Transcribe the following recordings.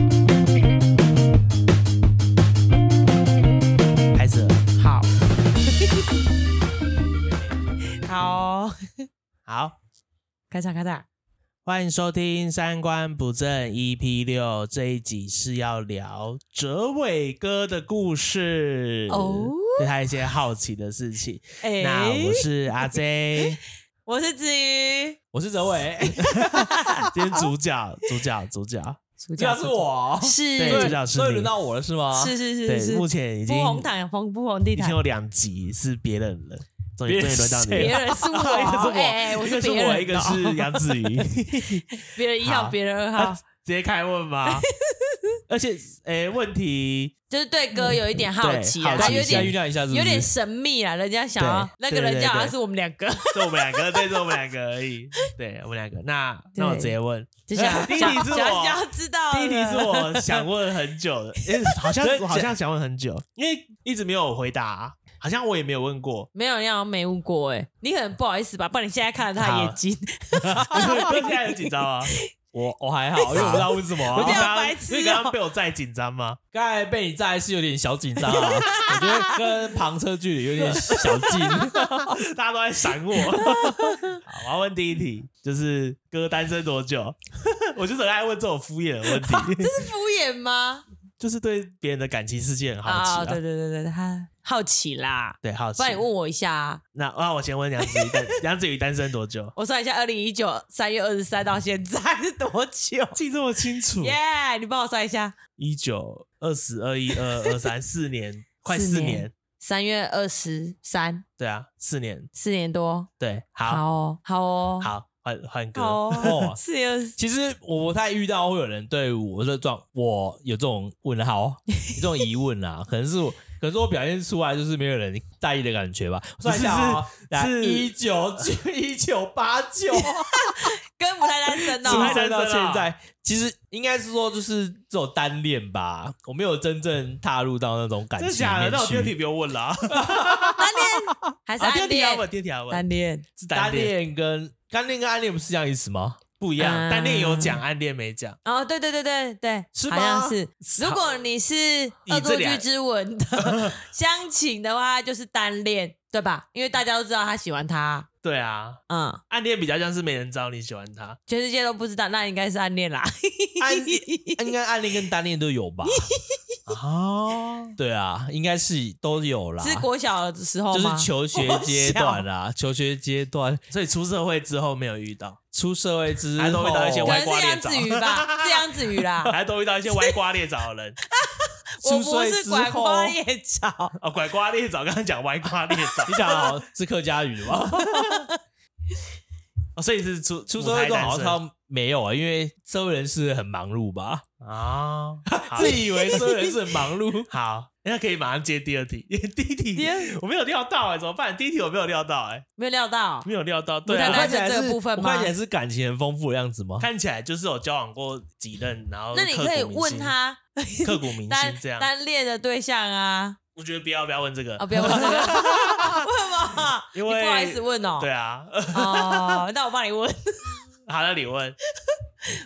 哦，好，咔嚓咔嚓，欢迎收听《三观不正》EP 六，这一集是要聊哲伟哥的故事哦对他一些好奇的事情。哎、那我是阿 J，我是子瑜，我是哲伟， 今天主角，主角，主角，主这是，我，是对所主以角是你所以轮到我了是吗？是是是对，是，目前已经不红毯红不红地已经毯，有两集是别人了，终别于人终于轮到你谁别了。人是我， 一个是我哎、哎我一个是别我，人，一个是杨子瑜，别人一号，好啊别人二号，直接开问吗？而且，诶，问题就是对歌有一点好奇啊，对好他奇有心先预点料一下是不是，有点神秘啊，人家想要对那个人对对家好像对是我们两个，是我们两个，对，是我们两个而已，对我们两个。那那我直接问，就 想第一想题是想我想要知道了，。第一题是我想问很久的，诶好像真假我好像想问很久，因为一直没有回答、好像我也没有问过 没有，你好像没问过哎、你可能不好意思吧？不然你现在看了他的眼睛，你现在有紧张啊 吗？我我还好，因为我不知道为什么、我你不要刚讲啊。白刚痴哦你刚刚被我再紧张 吗？刚才被你炸一次有点小紧张啊，我觉得跟旁车距离有点小近。大家都在闪我。好，我要问第一题，就是哥单身多久？ 我就很爱问这种敷衍的问题，是 敷衍吗？就是对别人的感情世界很好奇、啊。对对对对，他好奇啦。对好奇不。然你问我一下、啊，那那我先问杨子瑜 单，杨子瑜单身多久？我算一下，二零一九三月二十三到现在是 多久？记这么清楚耶、你帮我算一下，一九、二十二、一二、二三，四年，快四四年年。三月二十三，对啊，四年。四年多。对，好，好哦，好哦，好，换换哥。好哦 哦，四月二十，其实我不太遇到会有人对我这状，我有这种问号，有这种疑问啊， 可能是我，可能是我表现出来就是没有人在意的感觉吧。我算一下啊，是一九九一九八九。跟不太单身什出么哦。 意思生到现在，其实应该是说就是这种单恋吧，我没有真正踏入到那种感情真里的假的？面那我第二去题不用问了啊。还 是啊第二暗题要问，恋？第二题要问，单恋是单单恋。恋跟单恋跟暗恋不是一样意 思吗？不一样，嗯单恋有讲，暗恋没讲。哦，对对对对对，是好吗像是。如果你是《恶作剧之吻》的 相亲的话，就是单恋，对吧？因为大家都知道他喜欢他，对啊，嗯，暗恋比较像是没人知道你喜欢他。全世界都不知道，那应该是暗恋啦。暗应该暗恋跟单恋都 有吧？啊哦，对啊，应该是都有啊 啦。是国小的时候就吗是？求学阶段啦，求学阶段所以出社会之后没有遇到，出社会之还后，都会到一些可歪能是杨子瑜吧， 是杨子瑜啦。还都遇到一些歪瓜裂枣的 人我出社不会是之拐后 瓜裂枣，哦，拐瓜裂枣，刚刚讲哦歪瓜裂枣你讲好哦是客家语 的吗？哦，所以是出出出社会之后好像像没有啊，因为社会人士很忙碌吧。啊，好，自以为社会人是很忙 碌好，那可以马上接第二题，因为第一第题二题我没有料到哎，怎么办？第一题我没有料到哎，没有料到没有料到，不对太我了啊解看，起来这个是部分我吗看起来是感情很丰富的样子吗？看起来就是有交往过几任，然后那你刻可以骨铭问心 他刻骨 铭单心这样。单恋的对 象啊，我觉得不要不要问这个啊，不要问这个，为 什么？因你为不好意思问哦。对啊， 哦，那我帮你问好，那你问，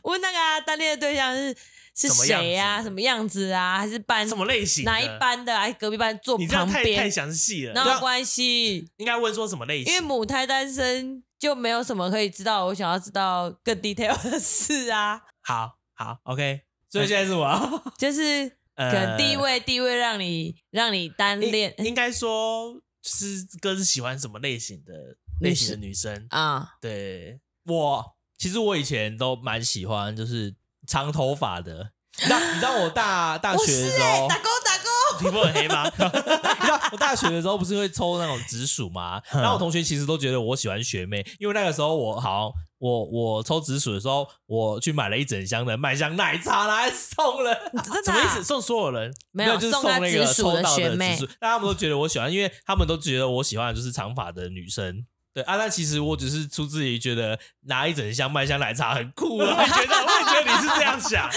问那个啊，单恋的对象是是什么样谁呀、子什么样子啊？还是班什么类型的？哪一班的？还是隔壁班坐你这样旁太太边？详细了，然对后啊关系？应该问说什么类因为型？母胎单身就没有什么可以知道，我想要知道更 detail 的事啊，好好，OK，所以嗯现在是 我啊就是可呃，能地位地位让你让你单应恋应该说是哥是喜欢什么类型的女类士型的女生？啊，对，我，其实我以前都蛮喜欢就是长头发的。你知道，你知道我 欸大大我学是的时哎、候，打勾打勾，皮肤很黑吗？ 你知道我大学的时候不是会抽那种紫薯吗？嗯然后我同学其实都觉得我喜欢学妹，因为那个时候我好像我我抽紫薯的时候，我去买了一整箱的麦香奶茶来送人。真 的什么啊、意思？送所有人？没有，有就是送送他那直个属抽到学的妹直属，但他们都觉得我喜欢，因为他们都觉得我喜欢的就是长发的女生。对啊，但其实我只是出自于觉得拿一整箱麦香奶茶很酷我也啊，觉得，我也觉得你是这样 想，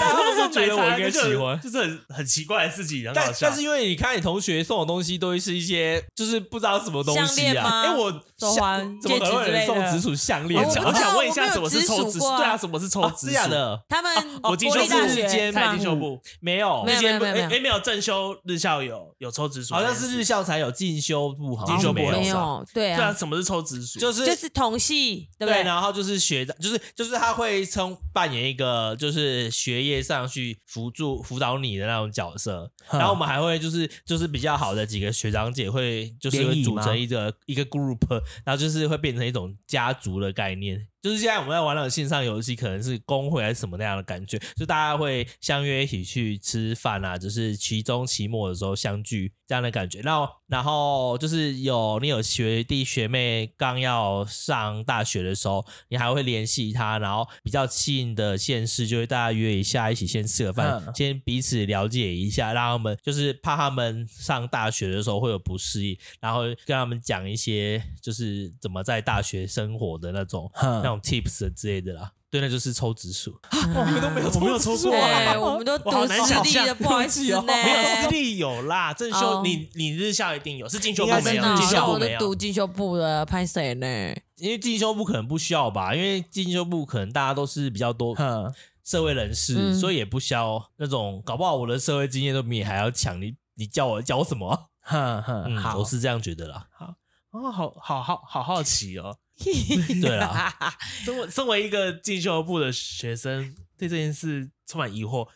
但 他们都觉得我应该奶茶喜 欢。就是很很奇怪的事情，很好但笑但。是因为你看，你同学送的东西都是一些就是不知道什么东项西链啊，吗？哎，我手环、怎么戒可指能会之有人类送的紫。薯项我链我不知道我啊？想问一我下，没有什么是直抽属紫？过啊对啊，什么是抽哦，紫？是假。的，他们哦我进国修立大部是学间蔡放进吗修虎部，嗯没有没，有之前没不有没有哎哎没有正修日校有有抽紫薯，好像是日校才有进修部，好像进修部没有很没吧少有，对对啊，啊，什么是是抽直属，就是就是同系，对不对？对，然后就是学长，就是就是他会充扮演一个就是学业上去辅助辅导你的那种角色，嗯然后我们还会就是就是比较好的几个学长姐会就是联谊会组吗成一个一个 group，然后就是会变成一种家族的概念。就是现在我们在玩那种线上游戏，可能是工会还是什么那样的感觉，就大家会相约一起去吃饭啊，就是期中、期末的时候相聚这样的感觉。然后，然后就是有你有学弟学妹刚要上大学的时候，你还会联系他，然后比较近的县市就会大家约一下，一起先吃个饭，嗯先彼此了解一下，让他们就是怕他们上大学的时候会有不适应，然后跟他们讲一些就是怎么在大学生活的那种、嗯那种 tips 之类的啦。对，那就是抽直属。我们都没有， 我没有抽过哎， 啊。我们都我好读难私想立象的，不好意思呢， 没有私立有啦，正哦修你你日校一定有，是进修部应该真没有，的哦，进那修部我都没有读。进修部的，拍谁 呢？因为进修部可能不需要吧，因为进修部可能大家都是比较多哼，社会人士，嗯所以也不需要那种，搞不好我的社会经验都比你还要强，你你叫我教什么啊？哼哼，嗯，好我，是这样觉得啦。哦，好好好好好奇哦。对啦，身为身为一个进修部的学生，对这件事充满疑惑。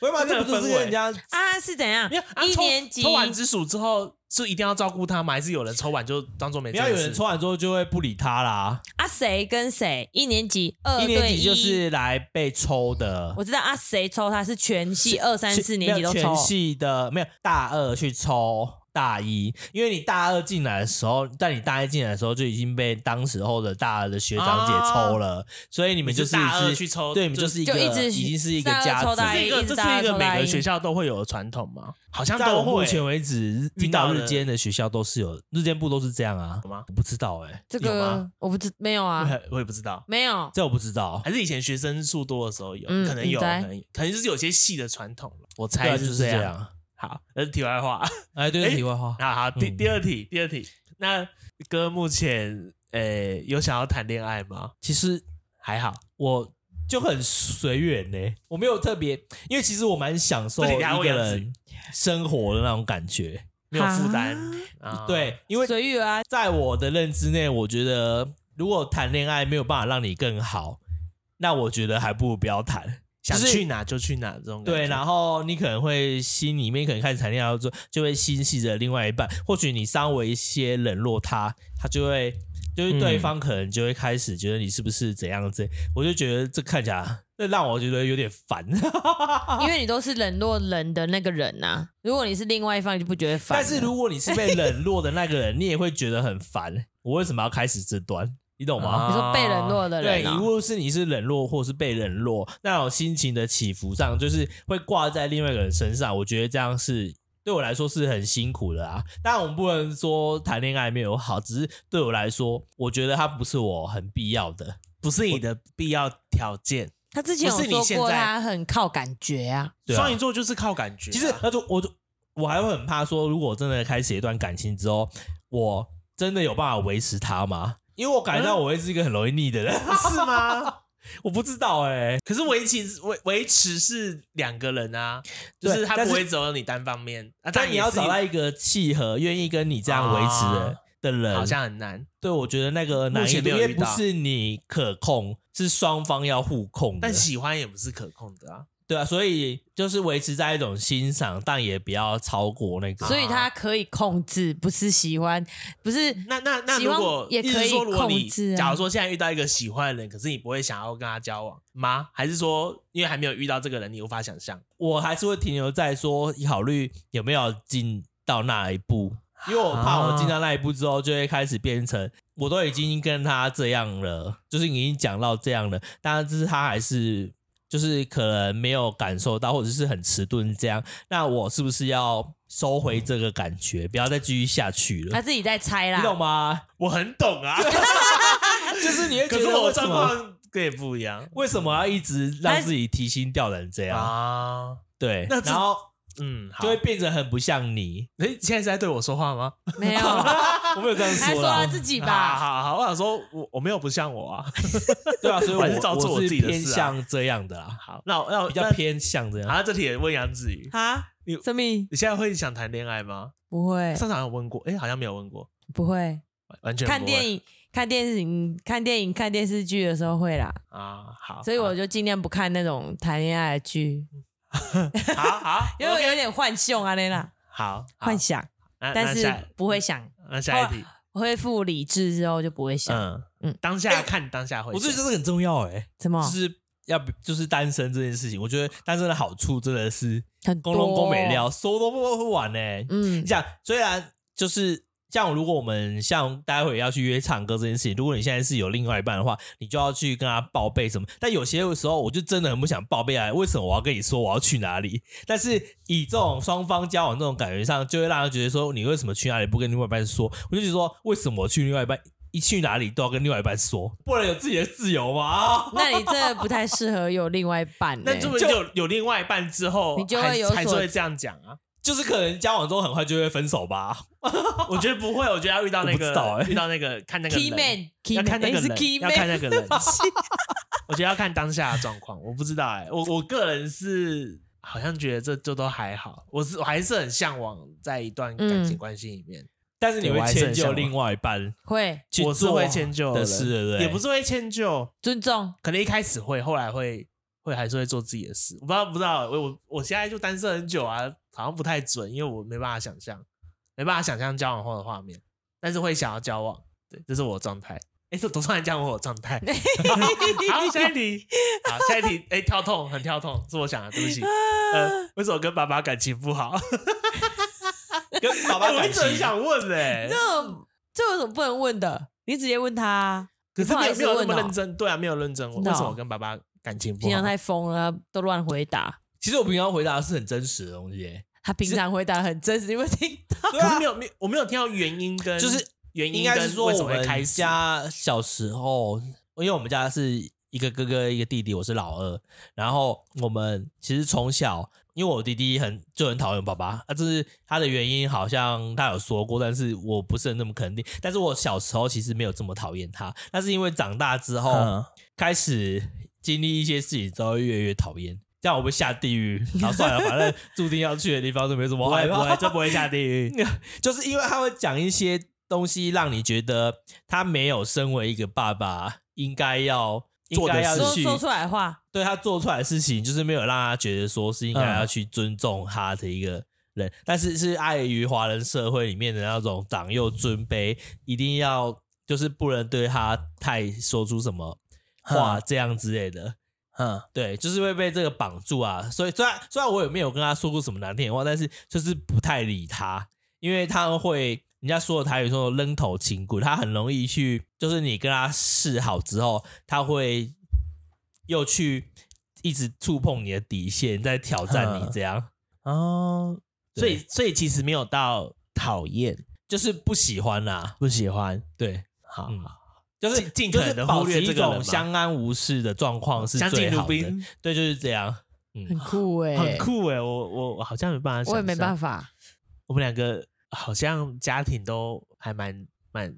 为什么这不就是人家 啊，是怎样没有，？啊一抽年级抽完直属之后，是一定要照顾他吗？还是有人抽完就当做没你这要件有事？人抽完之后就会不理他啦。啊，谁跟谁？一年级二一呃对年级就是来被抽的，我知道啊，谁抽他是全系二三四年级都没抽有全，系的没有大二去抽。大一，因为你大二进来的时候，在你大一进来的时候就已经被当时候的大二的学长姐抽了，所以你们你就是是大二是去抽对，你们就就是一个啊就一直已经是一个大二家抽族到了，这一个一直这大是家一个抽每大个一学校都会有的传统吗？好像在都我目会。前为止遇听到到的日间的学校都是有日间部都是这样啊，有吗我不知道哎、这有个吗我不知没有我啊，也我也不知道，没有。这我不知道，还是以前学生数多的时候有，嗯可能有，可你猜能有可能就是有些系的传统了我对啊猜就是这这样。样。好，那是题外话。哎，对，哎题外话，好好，第嗯第二题，第二题。那哥目前呃有想要谈恋爱吗？其实还好，我就很随缘呢，我没有特别，因为其实我蛮享受不一行等下个我要自己人生活的那种感觉。没有负担啊对，因为随遇啊，在我的认知内，我觉得如果谈恋爱没有办法让你更好，那我觉得还不如不要谈。想就是去哪就去哪这种感觉。对，然后你可能会心里面可能开始谈恋爱之后，就会心系着另外一半。或许你稍微一些冷落他，他就会就是对嗯方可能就会开始觉得你是不是怎样子。我就觉得这看起来，这让我觉得有点烦。 啊啊因为你都是冷落人的那个人呐、如果你是另外一方，你就不觉得烦了。但是如果你是被冷落的那个人，你也会觉得很烦。我为什么要开始这段？你懂吗？啊你说被冷落的哦对，人、啊无，论是你是冷落或是被冷落，那种心情的起伏上，就是会挂在另外一个人身上。我觉得这样是对我来说是很辛苦的啊。当然，我们不能说谈恋爱没有好，只是对我来说，我觉得它不是我很必要的。不是你的必要条件。他之前有不是你说现过在他很靠感觉啊，对啊双鱼座就是靠感觉啊、其实，那就我就我还会很怕说，如果我真的开始一段感情之后，我真的有办法维持它吗？因为我感觉到我会是一个很容易腻的人，嗯是吗？ 我不知道哎、可是维持维维持是两个人啊，就对是他但不是会只有你单方面啊。但你要找到来，一个契合、愿意跟你这样维持的、啊的人，好像很难，对我觉得那个难易目前度，没因有为遇不到是你可控，是双方要互控的。但喜欢也不是可控的啊。对啊，所以就是维持在一种欣赏，但也不要超过那个。所以他可以控制，不是喜欢，不是那那那喜如欢果也意思可以说，如果你控制啊假如说现在遇到一个喜欢的人，可是你不会想要跟他交往吗？还是说因为还没有遇到这个人，你无法想象？我还是会停留在说考虑有没有进到那一步，啊因为我怕我进到那一步之后，就会开始变成我都已经跟他这样了，就是已经讲到这样了，但是他还是就是可能没有感受到，或者是很迟钝这样，那我是不是要收回这个感觉，不要再继续下去他了？自己在猜你懂啦。吗？我很懂啊， 就是你会觉 可是得我为什状么况跟也不一样为什么要一直让自己提心吊胆这样？啊。对，那这然后嗯，好就。会变成很不像你。哎，现在是在对我说话吗？ 没有，啊我没有这样他说啊啦他自己好吧。好好，我想说，我我没有不像我啊。 对啊，所哦以我我还是照做我我自己的偏事啊向这样的啦，好，那我那我比较偏向这那样。好，那这题也问杨子瑜，啊你，什么意？你现在会想谈恋爱吗？不会，上场有问过，哎、好像没有问过。不会，完全不会看电影、看电影、看电影、看电视剧的时候会啦，啊，哦好，所以我就尽量不看那种谈恋爱的剧，好好好 因为我有点幻想啊，那啦，好，幻想，那但那是下不会想，那下一题，恢复理智之后就不会想嗯嗯当下看当下会我想，觉得这个很重要哎，什么就是要就是单身这件事情，我觉得单身的好处真的是很多公龙公美，料，说都不完哎。嗯 你，想，虽然就是像如果我们像待会要去约唱歌这件事情，如果你现在是有另外一半的话，你就要去跟他报备什么。但有些时候，我就真的很不想报备啊，为什么我要跟你说我要去哪里？但是以这种双方交往这种感觉上，就会让人觉得说你为什么去哪里不跟另外一半说？我就觉得说为什么我去另外一半一去哪里都要跟另外一半说，不能有自己的自由吗？ 那你这不太适合有另外一半呢那，这么有有另外一半之后，你就会还有还是所会这样讲 啊？就是可能交往之后很快就会分手吧。我觉得不会，我觉得要遇到那我不知道个欸遇到那个看那个 key 人， man 要 key 看 man 那个哎诶是人， key 要 man 看那个 人。我觉得要看当下的状况，我不知道哎，我我个人是好像觉得这就都还好，我是我还是很向往在一段感情嗯关系里面，但是你对会我还是迁很就向往另外一半会去我是做会迁就的人事，对不对？也不是会迁就，尊重，可能一开始会，后来会会还是会做自己的事。我不知道，不知道，我我我现在就单身很久啊，好像不太准，因为我没办法想象，没办法想象交往后的画面，但是会想要交往。对，这是我的状态。哎，这总算来讲我的状 态。好，下一题。好，下一题。哎，跳痛，很跳痛，是我想的，对不啊起。呃，为什么跟爸爸感情不好？跟爸爸我一感直情很想 问哎、这有这有什么不能问的？你直接问他啊，可是不没好有意没思有那问么哦认真，对啊，没有认真问。真的为哦什么我跟爸爸感情不平常好？太疯了，都乱回答。其实我平常回答是很真实的东西耶，他平常回答很真实，你会听到。对可是没有没有，我没有听到原因跟就是原因应该跟是说为什我么会开们始家小时候，因为我们家是一个哥哥一个弟弟，我是老二，然后我们其实从小。因为我弟弟很就很讨厌爸爸，啊，这是他的原因，好像他有说过，但是我不是那么肯定。但是我小时候其实没有这么讨厌他，但是因为长大之后、嗯开始经历一些事情之后，越来越讨厌。这样我会下地 狱，然后算了，反正注定要去的地方就没什么不 害会不怕会，。这不会下地狱。 就是因为他会讲一些东西，让你觉得他没有身为一个爸爸应该要应做的该要事说去说出来的话，对他做出来的事情，就是没有让他觉得说是应该嗯要去尊重他的一个人，但是是碍于华人社会里面的那种长幼尊卑，一定要就是不能对他太说出什么话这样之类的。嗯，对，就是会被这个绑住啊。所以虽然虽然我也没有跟他说过什么难听的话，但是就是不太理他，因为他会人家说的台语说的扔头轻骨，他很容易去，就是你跟他示好之后，他会又去一直触碰你的底线，在挑战你嗯这样。哦，所以对所以其实没有到讨厌就是不喜欢啦、不喜欢，对，好，嗯好就是尽尽可能就是地保忽持略一这个人种吧相安无事的状况是相敬最如好的，宾，对，就是这样，很酷哎、很，酷哎，我我我好像没办法，我也没办法，法。我们两个好像家庭都还蛮蛮，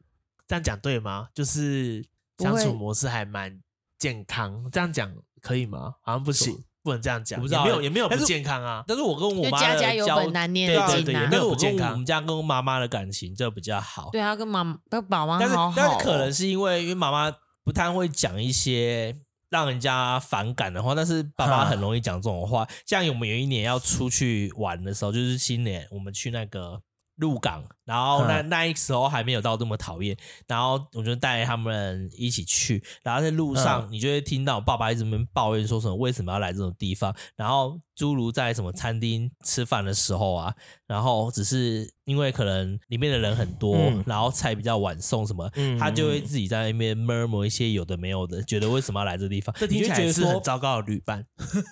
这样讲对吗？就是不相会处模式还蛮健康，这样讲可以吗？好像不行，不能这样讲，我不知道也没欸有也没有但不是健康啊，但是我跟我就妈家的家有交本难念对的经对啊对，呐、也没但是有我不健跟康我们家跟我妈妈的感情就比较好，对啊，跟妈跟宝妈但是好好、哦但是可能是因为因为妈妈不太会讲一些让人家反感的话，但是爸哈爸很容易讲这种话。像我们有一年要出去玩的时候，就是新年我们去那个。鹿港，然后那那一时候还没有到这么讨厌，然后我就带他们一起去，然后在路上你就会听到爸爸一直在那边抱怨说什么为什么要来这种地方，然后诸如在什么餐厅吃饭的时候啊，然后只是因为可能里面的人很多，嗯然后菜比较晚送什么，嗯他就会自己在那边 murmur 一些有的没有的，觉得为什么要来这地方？这听起来你就觉是得很说，糟糕的旅伴，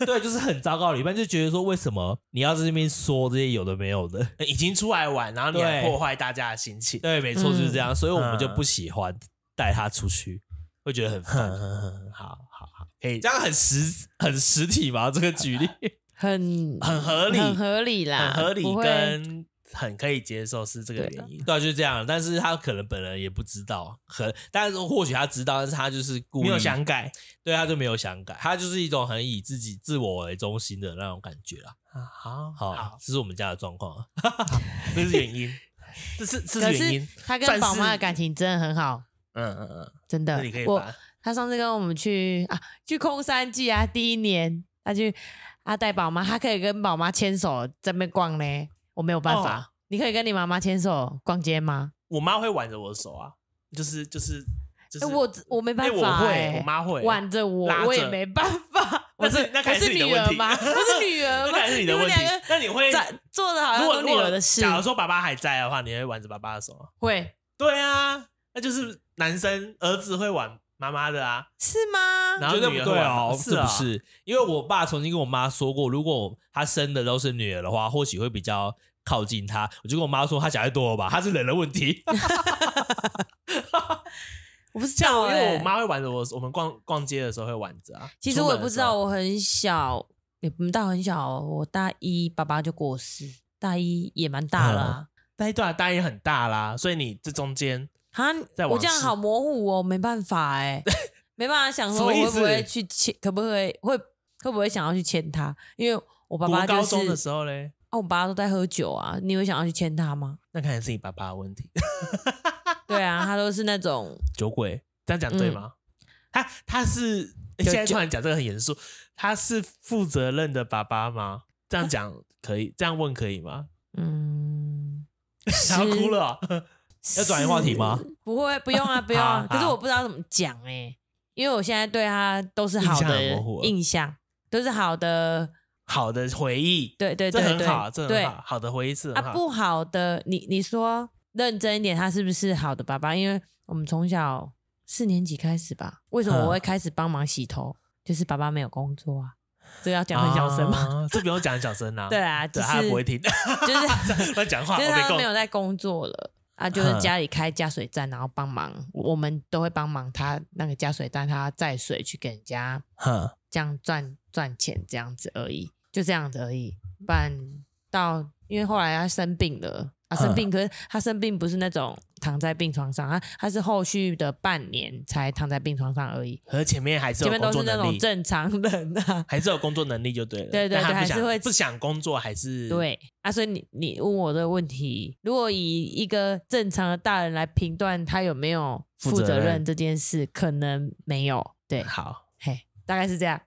对，就是很糟糕的一半，就觉得说为什么你要在那边说这些有的没有的？ 欸已经出来玩，然后你还对破坏大家的心情，对，没错，就是这嗯样，所以我们就不喜欢带他出去，会觉得很烦。好好好，可以这样很实很实体吗？这个举例很很合理，很合理啦，很合理不会跟很可以接受是这个原因。对啊，就是这样。但是他可能本人也不知道，很，但是或许他知道，但是他就是故意没有想改对，他就没有想改，他就是一种很以自己自我为中心的那种感觉啦。啊，好好，好，这是我们家的状况啊。 这是原因。这是这可是原是因。他算跟是宝妈的感情真的很好，嗯嗯嗯，真的那你可以。我把他上次跟我们去啊，去空山记啊，第一年他去他带宝妈，他可以跟宝妈牵手在那边逛嘞，我没有办法。哦你可以跟你妈妈牵手逛街吗？我妈会挽着我的手啊，就是就是就是哎、我我没办哎我法、哎会，我妈会挽着我拉着，我也没办法。那我 是那我看来是是你的女问儿题 吗？我是女儿那吗？还是你的们问题两个。那你会在做的好像如果都如女果儿的事，假如说爸爸还在的话，你会挽着爸爸的手吗？会对啊，那就是男生儿子会挽妈妈的啊。是吗？然后绝对女不儿对会挽哦，是这啊不是，因为我爸曾经跟我妈说过，如果他生的都是女儿的话，或许会比较靠近他。我就跟我妈说，他小孩多了吧，他是人的问题。 我不知像道、我，因欸，为我妈会挽着我，我们逛逛街的时候会挽着啊。其实出我门也不的知时候道，，我很小，也不到很小哦、我大一爸爸就过世，大一也蛮大了啊。大一对啊，大一很大啦，所以你这中间哈、在我往这样事好模糊哦，没办法 哎、没办法想什说么我意会思不会去牵，可不可以会会不会想要去牵他？因为我爸爸读就高是中的时候嘞，啊，我爸爸都在喝酒啊，你会想要去牵他吗？那看来是你爸爸的问题， 对啊，他都是那种酒鬼，这样讲嗯对吗？他他是有现在突然讲这个很严肃，他是负责任的爸爸吗？这样讲可以，这样问可以吗？嗯，想要是哭了哦、要转移话题吗是？不会，不用啊，不用啊。好可是我不知道怎么讲哎、因为我现在对他都是好印象的很模糊了印象，都是好的，好的回忆，对对这对很对，好，这很对好，好的回忆是很啊，好。不好的，你你说认真一点，他是不是好的爸爸？因为我们从小四年级开始吧，为什么嗯我会开始帮忙洗头？就是爸爸没有工作啊，这个要讲很小声吗？啊这不用讲很小声啦、 对啊，就对，他是不会听， 就是乱讲话，就啊我没空嗯是他都没。有在工作了啊，就是家里开加水站，然后帮忙，我们都会帮忙他那个加水站，他载水去给人家哼，这样赚赚钱这样子而已，就这样子而已。不然到因为后来他生病了啊，嗯生病，可是他生病不是那种躺在病床上，他他是后续的半年才躺在病床上而已，和前面还是前有面工都作是那能种力，正常人啊。还是有工作能力就对了。对对但他对不还是想会不想工作，还是，对啊，所以你你问我的问题，如果以一个正常的大人来评断他有没有负负责责任任这件事，可能没有。对，好。嘿，大概 是这样。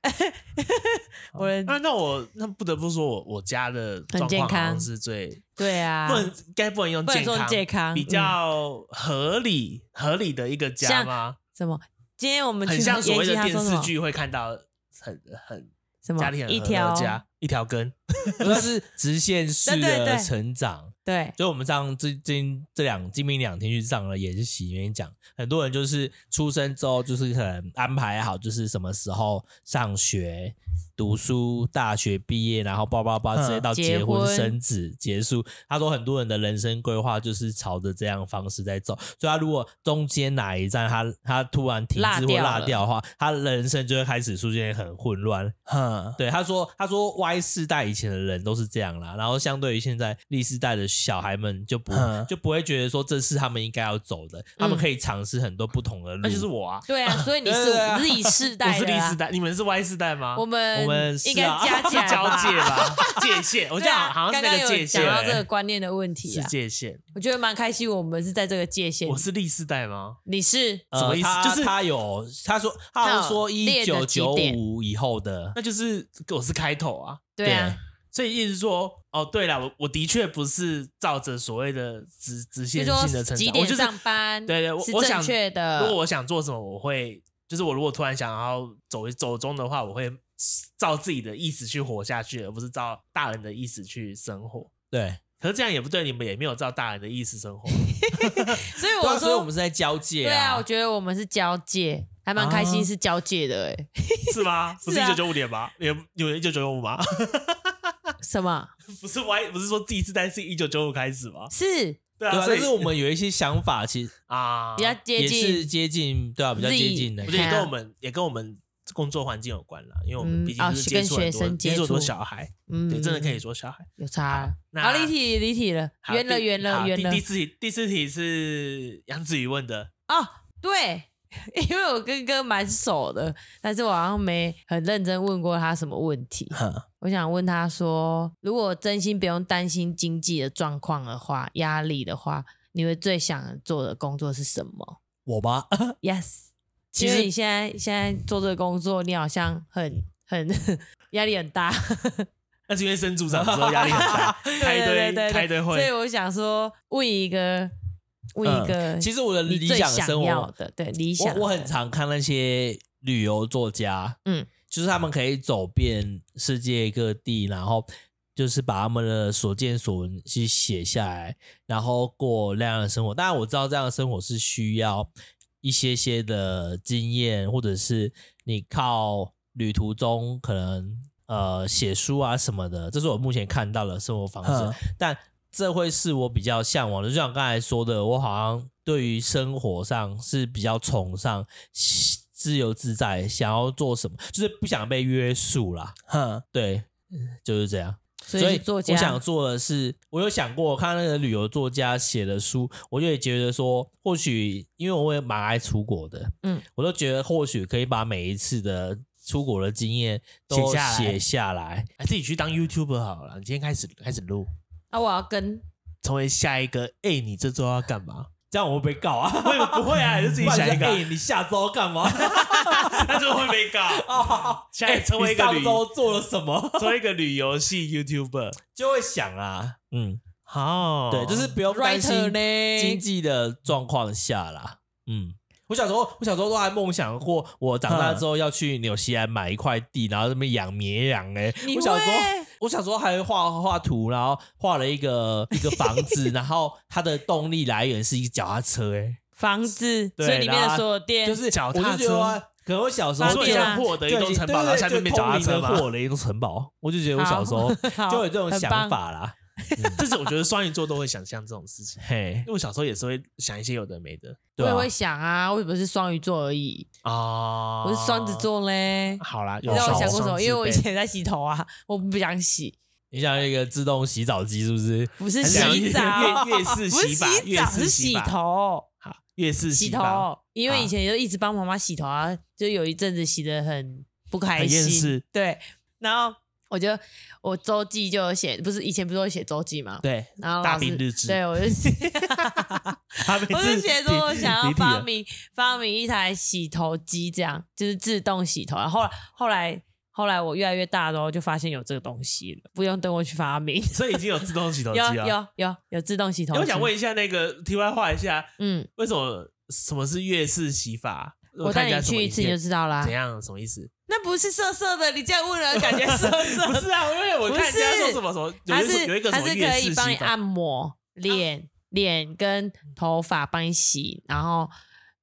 我的啊那那我那不得不说我我家的状健况好像康是最对啊，不能应该不能用不能健说康，健康比嗯较合理合理的一个家像吗？什么？今天我们去很像所延谓吉的他电说什视么剧会看到很很什么家里很一和乐条嗯的家一条根，那是直线式对对的对成长。对 所以我们上最近这两今明两天去上了研习，里面讲很多人就是出生之后就是可能安排好，就是什么时候上学、读书、大学毕业，然后叭叭叭，嗯直接到结结婚婚生子结束。他说很多人的人生规划就是朝着这样方式在走，所以他如果中间哪一站他他突然停落滞或掉落了掉的话，他人生就会开始出现很混乱，哼，对，他说，他说 Y 世代以前的人都是这样啦，然后相对于现在 Z 世代的小孩们就不、嗯就不会觉得说这是他们应该要走的，他们可以尝试很多不同的路。那就是我啊，对啊， 所以你对是对啊 Z 世代我的啊，是 Z 世代，你们是 Y 世代吗？我们我们 是应该啊 加是起来交吧界 吧，界限，我对记得啊，好像刚是刚那个界有限讲到这个欸，观念的问题是啊，界限。我觉得蛮开心，我们是在这个界限我。是 Z 世代吗？你是呃什么意思他就是他有他说他好像说他有一列的九几九点五以后的，那就是我是开头啊，对啊，所以意思说，哦，对了，我我的确不是照着所谓的直直就线性说的成几长，我点就是上班，对对我是我正想确的。如果我想做什么，我会就是我如果突然想要走走中的话，我会照自己的意思去活下去，而不是照大人的意思去生活。对，可是这样也不对，你们也没有照大人的意思生活。所以对我啊所以我们说，是在交界对啊，我啊，觉得我们是交界，还蛮开心啊是交界的。哎，是吗？不是是一啊九九五年吗？ 也有人一九九五吗？ 什么？不是 Y，不是说第一次单是一九九五开始吗？是对对啊，啊，所但以是我们有一些想法，其实啊，比较接也是近，接近，对啊，比较接 Z 近的我觉得哎也呀跟我们也跟我们工作环境有关啦，因为我嗯们毕啊竟是接触跟学很多生人，接接触很多触小孩，嗯对，真的可以说小孩。有差。那好，离题离题了，好圆了第圆了好圆第了第。四题，第四题是杨子瑜问的，哦，对， 因为我跟哥蛮熟的，但是我好像没很认真问过他什么问题。哼，我想问他说，如果真心不用担心经济的状况的话，压力的话，你会最想做的工作是什么 我吧， ？Yes，其因为实你现在现在做这个工作，你好像很很 压力很大，那是因为升组长之后压力很大，开一 对对对堆对开一堆所以会，我想说，问一个问一个，嗯其实我的你理最想想生要活，的，对理想我我很的常看那些旅游作家，嗯，就是他们可以走遍世界各地，然后就是把他们的所见所闻去写下来，然后过那样的生活。当然我知道这样的生活是需要一些些的经验，或者是你靠旅途中可能呃写书啊什么的，这是我目前看到的生活方式。嗯但这会是我比较向往的，就像刚才说的，我好像对于生活上是比较崇尚自由自在，想要做什么，就是不想被约束啦。哼，对，嗯就是这样。所以是作家我想做的是，我有想过，我看那个旅游作家写的书，我就也觉得说，或许因为我也蛮爱出国的，嗯，我都觉得或许可以把每一次的出国的经验都写下来写下来。哎自己去当 YouTuber 好了。你今天开始开始录，啊，我要跟成为下一个。哎、你这周要干 嘛？这样我会被告啊？ 会不会啊？你就自己想一个不然啊就，哎你下周干嘛？ 那就会被 告。哦，现在成为一个上旅周做了什么， 做一个旅游系 YouTuber，就会想啊，嗯， 好，对，就是不用担 writer 心经呢，济的状况下啦，嗯。我小时候，我小时候都还梦想过，我长大之后要去纽西兰买一块地，然后这边养绵羊、欸。你我小时候会，我小时候还画画图，然后画了一个一个房子， 然后它的动力来源是一个脚踏车、欸。房子，对所以里面然的后所有店就是脚我就踏觉得啊车可能我小时你候方说就你便啊像获得一栋城堡，然后对下面变脚踏车吗？获了一栋城堡，我就觉得我小时候 好 就有这种很想棒法啦。这是我觉得双鱼座都会想象这种事情，嘿因，为我小时候也是会想一些有的没的我对也啊，会想啊，我也不是双鱼座而已，啊我是双子。座嘞。哦好啦，你有知道我双想过什么？因为我以双子前在洗头啊，我不想洗，你想要一个自动洗澡机是不是？不是很想洗要 澡，越越式不是洗发，洗越澡，式是洗发，头，好，越式洗发，头。因为啊以前就一直帮妈妈洗头啊，就有一阵子洗的很不开很厌心世，对。然后我就我周记就有写，不是以前不是会写周记吗？对，然后大老师兵日志对我就 写，他每 我次是写说我想要离题发了明发明一台洗头机，这样就是自动洗头。然后后来后来后来我越来越大之后，就发现有这个东西了，不用等我去发明。所以已经有自动洗头机 有了。有有有自动洗头哎机。我想问一下，那个题外话一下，嗯，为什么什么是越式洗发？我看带一下你什么去一影次你就片知道啦怎。样？什么意思？那不是色色的，你这样问了，感觉色 色不的。是啊，因为我看人不家说是什么什么，它有一个是有一个什它么是越可式以帮你洗发，按摩脸脸跟头发，帮你洗，然后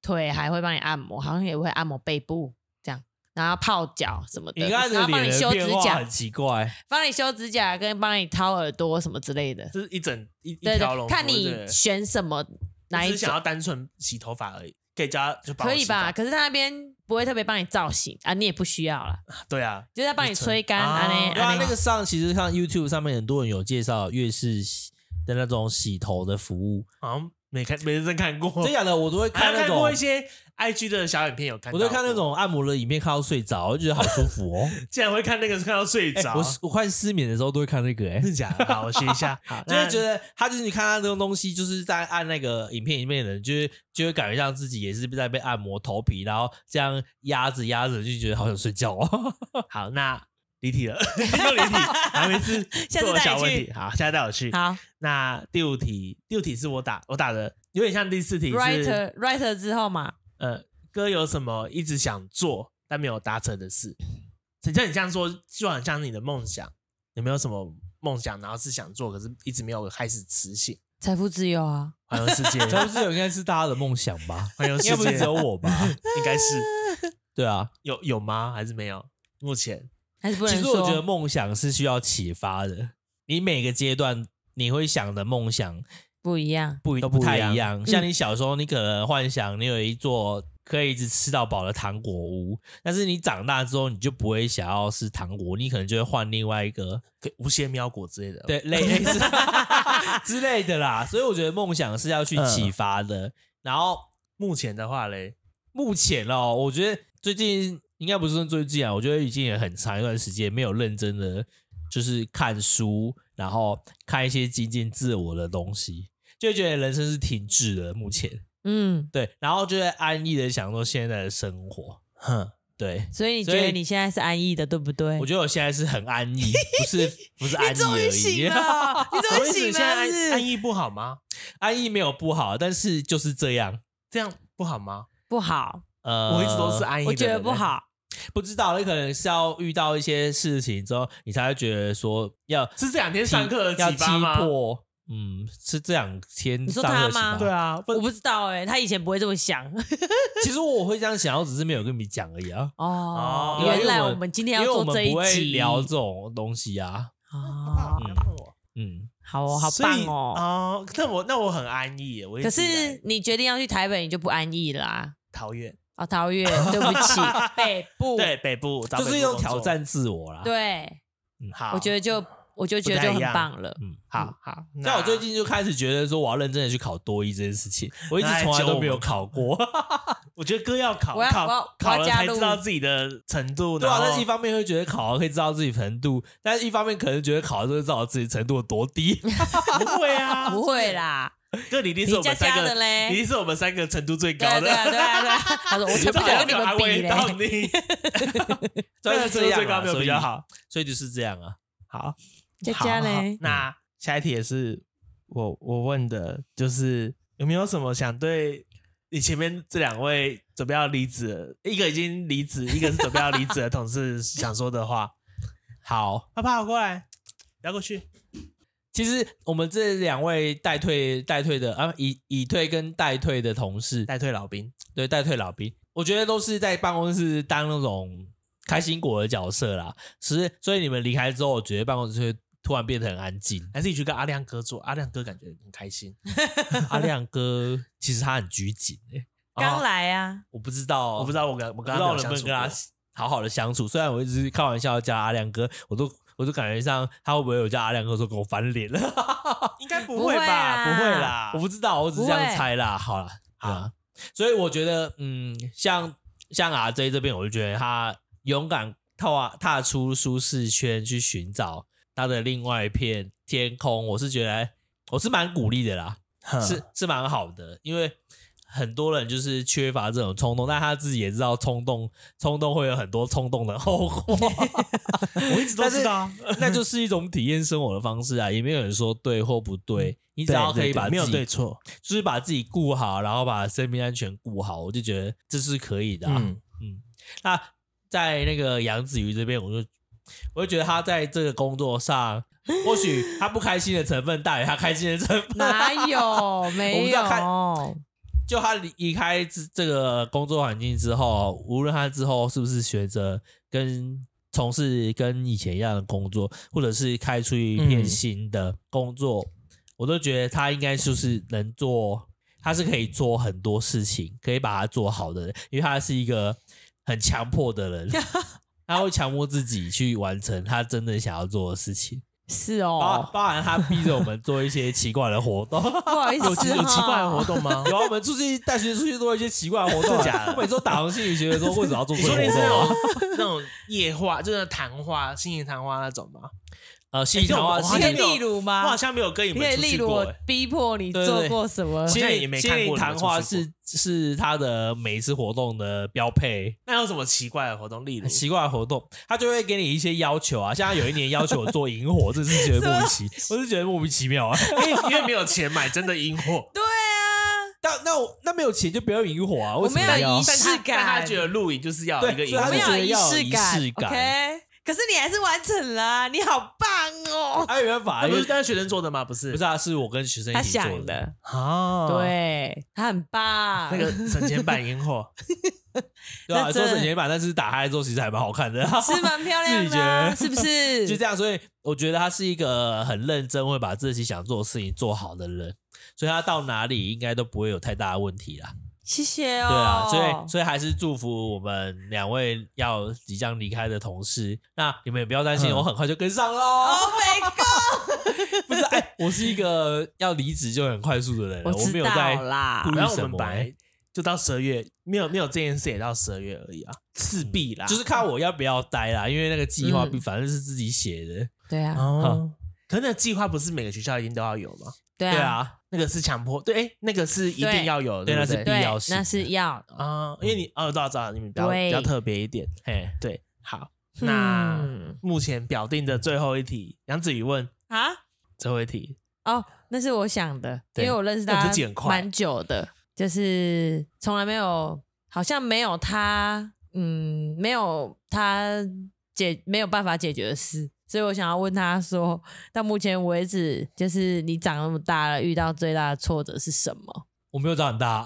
腿还会帮你按摩，好像也会按摩背部这样，然后泡脚什么的，你刚才然的后帮脸你的修指变化甲很，奇怪，帮你修指甲跟帮你掏耳朵什么之类的。这是一整一一对条龙对，服务。看对不你对选什么哪我只一是想种要单纯洗头发而已，可以加就帮我可以洗发吧？？可是他那边不会特别帮你造型啊，你也不需要啦，对啊，就是他帮你纯吹干啊啊嘞对啊，啊那个上其实看 YouTube 上面很多人有介绍越式洗的那种洗头的服务，好像没看没认真看过，真假的我都会还有看那看种，过一些 IG 的小影片，有看我到过，都会看那种按摩的影片，看到睡着，我就觉得好舒服 哦。竟然会看那个看到睡哎着，我我快失眠的时候都会看那个，哎真，的假的？ 好，我学一下，好， 就会觉得得他就是你看他这种东西，就是在按那个影片里面的人，就是就会感觉像自己也是在被按摩头皮，然后这样压着压着就觉得好想睡觉哦。好，那离题 了，又离题，好，没 事，下是次我带小你问去题，好，下次带我去。好那第五题，第五题是我打我打的，有点像第四题是，writer writer 之后嘛，呃，哥有什么一直想做但没有达成的事？你像你这样说，就很像你的梦想，有没有什么梦想，然后是想做，可是一直没有开始执行？财富自由啊。环游世 界， 这不是有应该是大家的梦想吧？环游世界，应该不是只有我吧？应该是对啊，有有吗？还是没有？目前还是不能其实说。我觉得梦想是需要启发的，你每个阶段你会想的梦想不一样。不都不不太一样一样。像你小时候，你可能幻想你有一座可以一直吃到饱的糖果屋，但是你长大之后，你就不会想要吃糖果，你可能就会换另外一个可以无限喵果之类 的，，对类类似之类的啦。所以我觉得梦想是要去启发的。然后目前的话嘞，目前哦，我觉得最近应该不是说最近啊，我觉得已经也很长一段时间没有认真的就是看书，然后看一些精进自我的东西，就会觉得人生是停滞的。目前嗯，对，然后就会安逸的享受现在的生活。哼，对，所以你觉所得以你现在是安逸的，对不对？我觉得我现在是很安逸，不是 不是安你逸终而于已。醒了，你什终么于意思？醒现了，在安是不是安逸不好吗？ 安逸没有不好，但是就是这样。这样不好吗？不好，呃，我一直都是安逸的人，我觉得不好，不知道，你可能是要遇到一些事情之后，你才会觉得说要欸是这两天上课的要启击发吗？破。嗯，是这两天你说上课他的启吗发对，啊，我不不知道哎，他以前不会这么想其实我会这样想，我只是没有跟你讲而已啊。哦哦。原来因为我我们今因天要为我做这们一不会集聊这种东西啊。哦，嗯嗯，好哦，好所棒以哦。哦，那我那我很安逸耶，我一可直以来是你决定要去台北，你就不安逸啦、桃园哦，桃园，对不起，北部，对北部找就北是部一种工作挑，战自我啦。，对嗯好，我觉得就我就觉得不太就一很样棒了。嗯好。好好。但我最近就开始觉得说，我要认真的去考多一这件事情，我一直从来都没有考过。我觉得哥要考我要我要考我要考了加才入知道自己的程度，对啊，然后但是一方面会觉得考了可以知道自己程度，但是一方面可能觉得考了之后知道自己程度有多低。不会啊， 不会啦，哥你一定你是我家们三家的个，嘞，你一对定是我们三个程度最啊高对的，啊对啊 对啊，他说我才不这好像想跟没你有们安比慰 嘞，到你，所以就是这样最高啊没有所以比较好。所以就是这样啊。好，家好家好嘞，那下一题也是我我问的，就是有没有什么想对你前面这两位准备要离职的，一个已经离职，一个是准备要离职的同事想说的话？好，爸爸，我过来，聊过去。其实我们这两位代退、代退的啊，已已退跟代退的同事，代退老兵，。对代退老兵，我觉得都是在办公室当那种开心果的角色啦。是，所以你们离开之后，我觉得办公室会突然变得很安静还是你去跟阿亮哥做？阿亮哥感觉很开心。阿亮哥其实他很拘谨诶、刚哦，来啊，我不知道，我不知道我跟我哦我不跟知他道没有能不相能处跟他过好好的相处。虽然我一直开玩笑叫阿亮哥，我都我都感觉上他会不会有叫阿亮哥说跟我翻脸了？ 应该不不会会吧？啦不会啦，我不知道，我只是这不样会猜啦。好啦，好对啊，所以我觉得，嗯，像像 RJ 这边，我就觉得他勇敢踏踏出舒适圈去寻找他的另外一片天空，我是觉得我是蛮鼓励的啦。哼是是蛮好的，因为很多人就是缺乏这种冲动，但他自己也知道冲动，冲动会有很多冲动的 后果。我一直都但是知道。啊那就是一种体验生活的方式啊，也没有人说对或不对，你只对要可嗯对对以把没有自己对，错，就是把自己顾好，然后把生命安全顾好，我就觉得这是可以的、啊。嗯，那在那个杨子瑜这边，我就我就觉得他在这个工作上，或许他不开心的成分大于他开心的成分。哪有没知道看有？就他离离开这这个工作环境之后，无论他之后是不是选择跟从事跟以前一样的工作，或者是开出一片嗯新的工作，我都觉得他应该就是能做，他是可以做很多事情，可以把它做好的人，因为他是一个很强迫的人，他会强迫自己去完成他真的想要做的事情，是包哦，包含他逼着我们做一些奇怪的活动。不好意思，啊 有奇有奇怪的活。动吗？有啊，我们出去带学生出去做一些奇怪的活动啊，真假的我每周打从心里觉得说，为什么要做你这个说活那是动那啊？种那种 夜话，就是那谈话、心灵谈话那种吗？呃，心理谈话哎我好你心可像没有以理例如啊我吗好？像没有跟你你们可以出例去如过、我欸。逼迫你对对做对过什么？，好心像理也没心看过理你们谈话出去是是他的每一次活动的标配，那有什么奇怪的活动？例如很，奇怪的活动，他就会给你一些要求啊，像他有一年要求我做萤 火，这是觉得莫名其，我是觉得莫名其妙啊。 因为因为没有钱买真的萤火对啊，那那我那没有钱就不要有萤火啊，为什我么没有要仪？式但他感但他觉得露营就是要有一个对萤啊所以他火没就。觉有得仪要有式仪感式感 OK，可是你还是完成了啊、你好棒 哦！他没办法，那因不为是那学生做的吗？不是，不是啊，是我跟学生一他起做想的，啊，，对他很棒。那个省钱版萤 火，对啊，那说真的省钱版，但是打开之后其实还蛮好看的，是蛮漂 亮的啊，是不是？就这样，所以我觉得他是一个很认真，会把自己想做的事情做好的人，所以他到哪里应该都不会有太大的问题啦。谢谢对哦。啊，所以所以还是祝福我们两位要即将离开的同事。那你们也不要担心，嗯我很快就跟上喽。 Oh my God！不是，哎，我是一个要离职就很快速的人，我没知有道在啦故意，然后我什们么欸本来就到十二月，没有没有这件事也到十二月而已啊，势必啦， 就是看我要不要待啦，因为那个计划嗯反正是自己写的，对啊，哦，可是那个计划不是每个学校一定都要有吗？对对啊，啊，那个是强迫，对，哎，那个是一定对要有的，对对那不是对，必对要，是那是要。啊，因为你哦，知道知道，你们比较对比较特别一点，嘿，对，好， 那嗯目前表定的最后一题，杨子宇问啊，最后一题，哦，那是我想的，因对为我认识那他你自己很快蛮久的，就是从来没有，好像没有他，嗯，没有他解没有办法解决的事，所以我想要问他说，到目前为止，就是你长那么大了，遇到最大的挫折是什么？ 我没有长很大，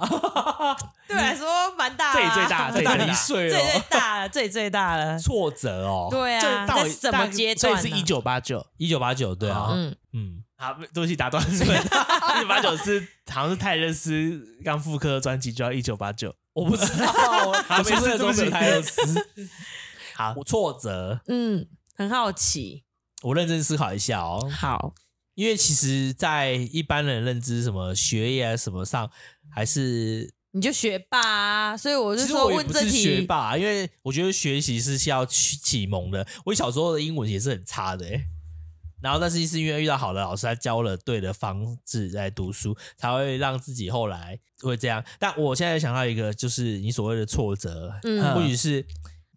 对我来说蛮大啊这里最大这很里 大最你一 岁最最哦，大了，最最 大了，挫折哦，对这啊，到在底什大么概阶段呢？所以是一九八九，一九八九，对好啊，嗯，嗯，好，对不起，打断你们。一九八九是好像是泰勒斯刚复刻的专辑就叫一九八九。我不知 道，我出生的时候没有太多 思，好，我挫折，嗯，很好奇，我认真思考一下哦，好，因为其实，在一般人认知什么学业啊什么上，还是你就学霸啊，所以我其就实说我也问不这是题，学霸，因为我觉得学习是需要去启蒙的。我小时候的英文也是很差的、欸，然后但是是因为遇到好的老师，他教了对的方式来读书，才会让自己后来会这样。但我现在想到一个，就是你所谓的挫折，嗯或许是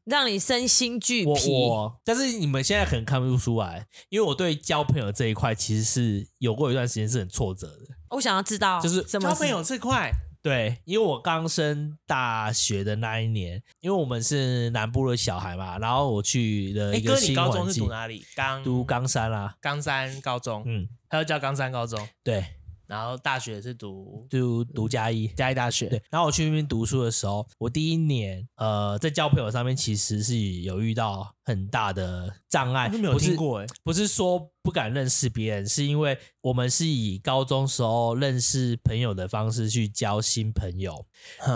让你身心俱我疲。我，但是你们现在可能看不出来，因为我对交朋友这一块其实是有过一段时间是很挫折的。我想要知道就是哦什么交是朋友这块，对，因为我刚升大学的那一年，因为我们是南部的小孩嘛，然后我去了哎一哥个，你新高环中是境，读哪哦里？冈读冈山啦、冈山高中，嗯，他又叫冈山高中，对，然后大学是读就读嘉义。嗯嘉义大学。对，然后我去那边读书的时候，我第一年，呃，在交朋友上面其实是有遇到很大的障碍，我都没有不是听过哎，不是说不敢认识别人，是因为我们是以高中时候认识朋友的方式去交新朋友，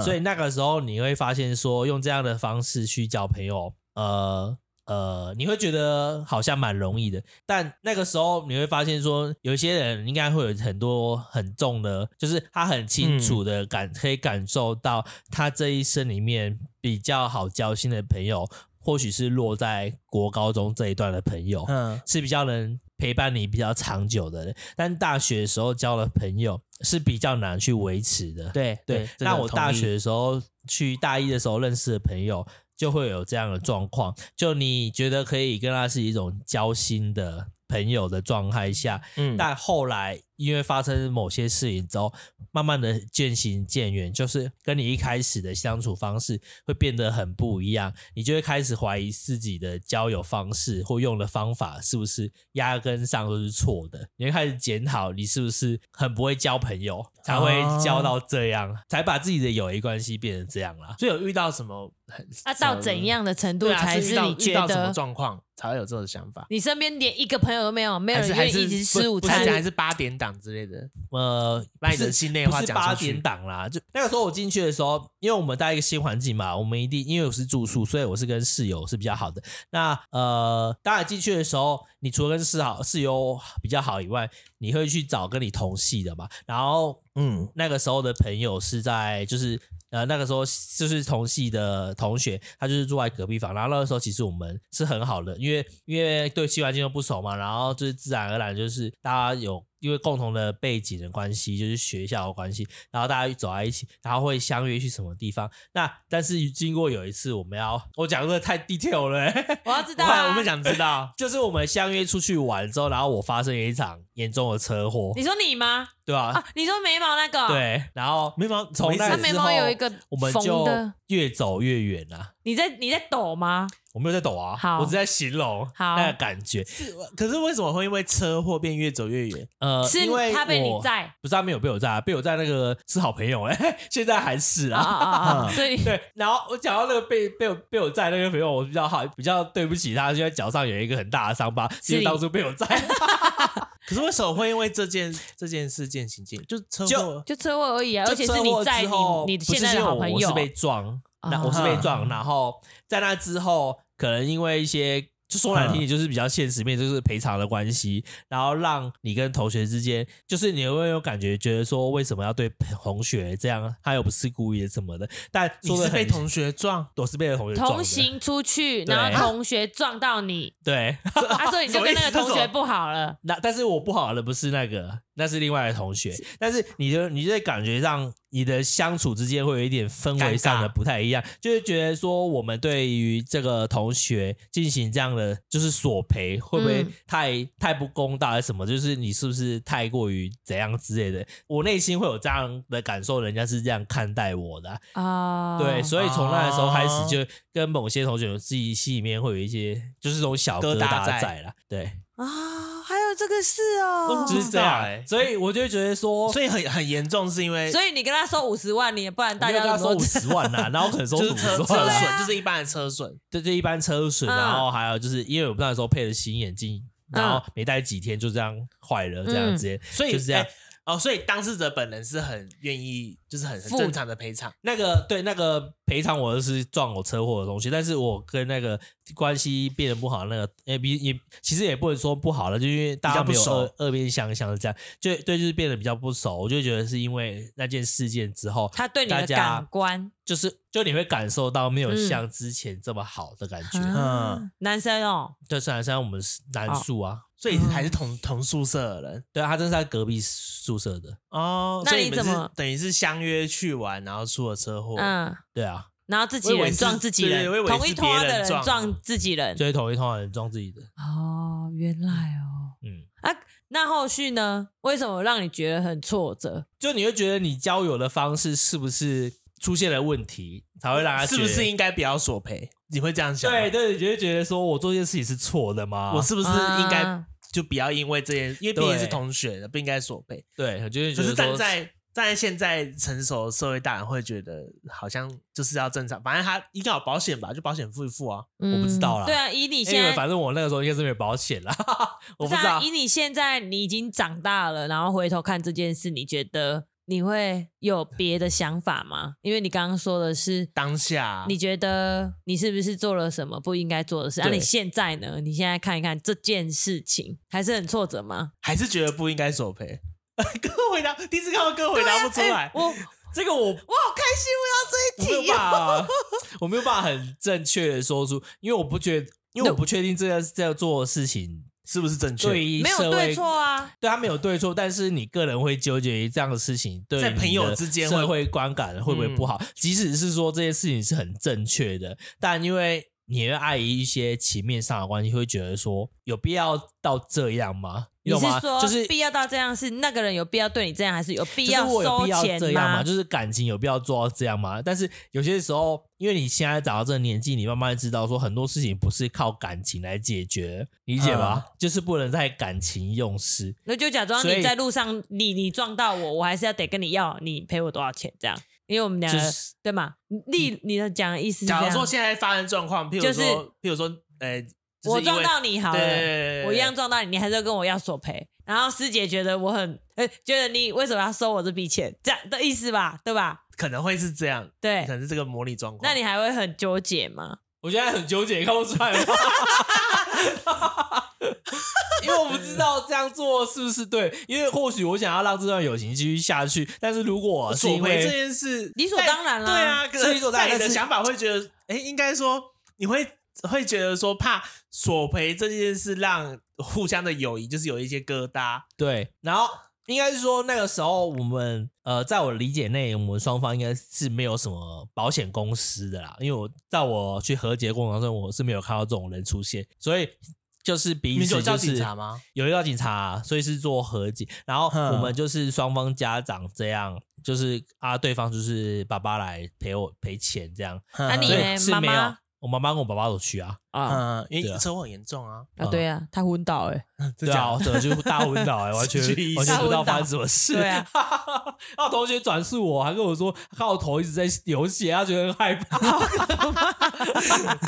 所以以那个时候你会发现说，用这样的方式去交朋友，呃呃，你会觉得好像蛮容易的，但那个时候你会发现说，有一些人应该会有很多很重的，就是他很清楚的感、可以感受到，他这一生里面比较好交心的朋友，或许是落在国高中这一段的朋友，嗯，是比较能陪伴你比较长久的人，但大学的时候交的朋友是比较难去维持的。对对，这个那我大同意学的时候去大一的时候认识的朋友，就会有这样的状况。就你觉得可以跟他是一种交心的朋友的状态下，嗯但后来因为发生某些事情之后，慢慢的渐行渐远，就是跟你一开始的相处方式会变得很不一样，你就会开始怀疑自己的交友方式或用的方法是不是压根上都是错的，你会开始检讨你是不是很不会交朋友，才会交到这样，才把自己的友谊关系变成这样啦。所以有遇到什么很啊，到怎样的程度对啊才遇到你遇觉到什么得状况才会有这种想法？你身边连一个朋友都没有，没有还是人还愿意是一起不吃午不是餐，还是八点档之类的？呃，把你不是的心内不话是讲八出去点档啦，就那个时候我进去的时候，因为我们在一个新环境嘛，我们一定因为我是住宿，所以我是跟室友是比较好的。那呃，当然进去的时候，你除了跟室好室友比较好以外，你会去找跟你同系的嘛。然后嗯，那个时候的朋友是在就是呃那个时候就是同系的同学，他就是住在隔壁房。然后那个时候其实我们是很好的，因为因为对西环境都不熟嘛，然后就是自然而然就是大家有因为共同的背景的关系，就是学校的关系，然后大家走在一起，然后会相约去什么地方。那但是经过有一次我们要我讲的太 detail 了、欸，我要知道、当然啊。我们想知道 就是我们相约出去玩之后，然后我发生了一场严重的车祸，你说你吗？对吧、啊，你说眉毛那个？，对，然后眉毛从那他之眉毛后有一个我们缝就的越走越远啊！你在你在抖吗？我没有在抖啊，好我只在形容好那个感觉。可是为什么会因为车祸变越走越远？呃，是因为他被你我，在不是他没有被我在，被我在那个是好朋友哎、 现在还是啊啊啊啊。啊！所 以对，然后我讲到那个被被我被我在那个朋友，我比较好，比较对不起他，因为脚上有一个很大的伤疤，是因为你当初被 我在。可是为什么会因为这件这件事渐行渐远？就车祸就，就车祸而已啊，而且是车你祸在之后你你不是现在的因为好朋我友是被撞，那啊我是被撞，然后在那之后，可能因为一些就说难听点，就是比较现实面，就是赔偿的关系，然后让你跟同学之间，就是你会有感觉，觉得说为什么要对同学这样，他又不是故意的什么的。但你说是的被同学撞，我是被同学撞同的行出去，对然后同学撞到 你，对，啊，所以你就跟那个什么意思同学不好了。那但是我不好的不是那个，那是另外的同学。但是你就你就会感觉让你的相处之间会有一点氛围上的尴尬不太一样，就会觉得说我们对于这个同学进行这样的就是索赔，会不会嗯太、太不公道，还是什么？就是你是不是太过于怎样之类的？我内心会有这样的感受，人家是这样看待我的啊、啊，对，所以从那个时候开始哦，就跟某些同学自己心里面会有一些就是这种小疙疙瘩瘩在在啦，对。啊，还有这个事哦嗯，就是不知这样、道欸所以我就会觉得说，所以很很严重，是因为所以你跟他收五十万，你也不然我大没有家跟他怎收么五十万呐、然后可能收 就五是十车车万啦，损，就是一般的车损，对，就一般车嗯损，然后还有就是因为我不知道那时候配了新眼镜，然后没戴几天就这样坏了，这样嗯直接，嗯所以就是这样。哎哦，所以当事者本人是很愿意，就是很很付正常的赔偿。那个对那个赔偿我是撞我车祸的东西，但是我跟那个关系变得不好，那个也比也其实也不能说不好了，就因为大家比没较有不熟恶恶面相向是这样，就对就是变得比较不熟，我就觉得是因为那件事件之后， 他对你大的家感官，就是就你会感受到没有嗯像之前这么好的感觉，嗯啊男生哦，对，虽然虽然我们是男宿啊，所以还是同同宿舍的人对啊，他真是在隔壁宿舍的，哦。那所以你们怎是么等于是相约去玩，然后出了车祸？嗯，对啊，然后自我己以为人是撞自己对人我以，为同是一别拖的人人撞撞自己人，就是同一通的人撞自己的，哦，原来哦，嗯，啊，那后续呢？为什么让你觉得很挫折？就你会觉得你交友的方式是不是出现了问题，才会让他是不觉得是应该不要索赔？你会这样想吗？对对，你就会觉得说我做这件事情是错的吗？我是不是应该啊就不要因为这件，因为毕对竟是同学的，不应该索赔。对，我就会可觉得是站说在站在现在成熟的社会大人会觉得，好像就是要正常，反正他一定要有保险吧，就保险付一付啊。嗯我不知道啦对啊，以你因现为在，反正我那个时候应该是没有保险啦， 我是不啊知道以。你现在你已经长大了，然后回头看这件事，你觉得你会有别的想法吗？因为你刚刚说的是。当下啊你觉得你是不是做了什么不应该做的事？那、对你现在呢？你现在看一看这件事情，还是很挫折吗？还是觉得不应该索赔。 哥回答，第一次看到哥回答不出来哎， 我这个我我好开心，我没有办哦法，啊我没有办法很正确的说出，因为我不觉因为我不确定这个这样做的事情是不是正确？对于没社有会对错啊。对他没有对错，但是你个人会纠结于这样的事情，对在你的朋友之间会社会观感会不会不好？即使是说这件事情是很正确的，但因为你会碍于一些情面上的关系，会觉得说有必要到这样吗？你懂吗？是说、就是必要到这样？是那个人有必要对你这样，还是有必就是要我有收必要钱这样吗？吗？就是感情有必要做到这样吗？但是有些时候，因为你现在长到这个年纪，你慢慢知道说很多事情不是靠感情来解决，理解吗？就是不能再感情用事。那就假装所以你在路上，你你撞到我，我还是要得跟你要，你赔我多少钱这样？因为我们两个、就是对嘛？例你的讲的意思是嗯这假如样，说现在发生状况，譬如就是说，譬如说，呃，就是我因为撞到你好了，对对对对我一样撞到你，你还是要跟我要索赔。然后师姐觉得我很，呃，觉得你为什么要收我这笔钱，这样的意思吧，对吧？可能会是这样，对可，能是这个模拟状况。那你还会很纠结吗？我现在很纠结，看不出来吗？ 因为我不知道这样做是不是对，因为或许我想要让这段友情继续下去，但是如果是索因赔这为件事理所在当然啦对啊，可所以是理所当在然你的但是想法会觉得，哎，应该说你会会觉得说怕索赔这件事让啊互相的友谊就是有一些疙瘩，对，然后应该是说那个时候我们呃，在我理解内，我们双方应该是没有什么保险公司的啦，因为我在我去和解过程中，我是没有看到这种人出现，所以就是你彼们此、就有是、叫警察吗？有一到警察、啊所以是做和解。然后哼我们就是双方家长这样，就是啊，对方就是爸爸来赔我赔钱这样，嗯啊那你所呢以是没哎有。妈妈我妈妈跟我爸爸都去啊，啊嗯，因对为啊车祸很严重啊，啊，对啊，他昏倒 哎、真对假啊，我的整个就大昏倒、欸，完全失去意识完全不知道发生什么事。大昏，然后同学转述我，还跟我说，他看我头一直在流血，他觉得很害怕。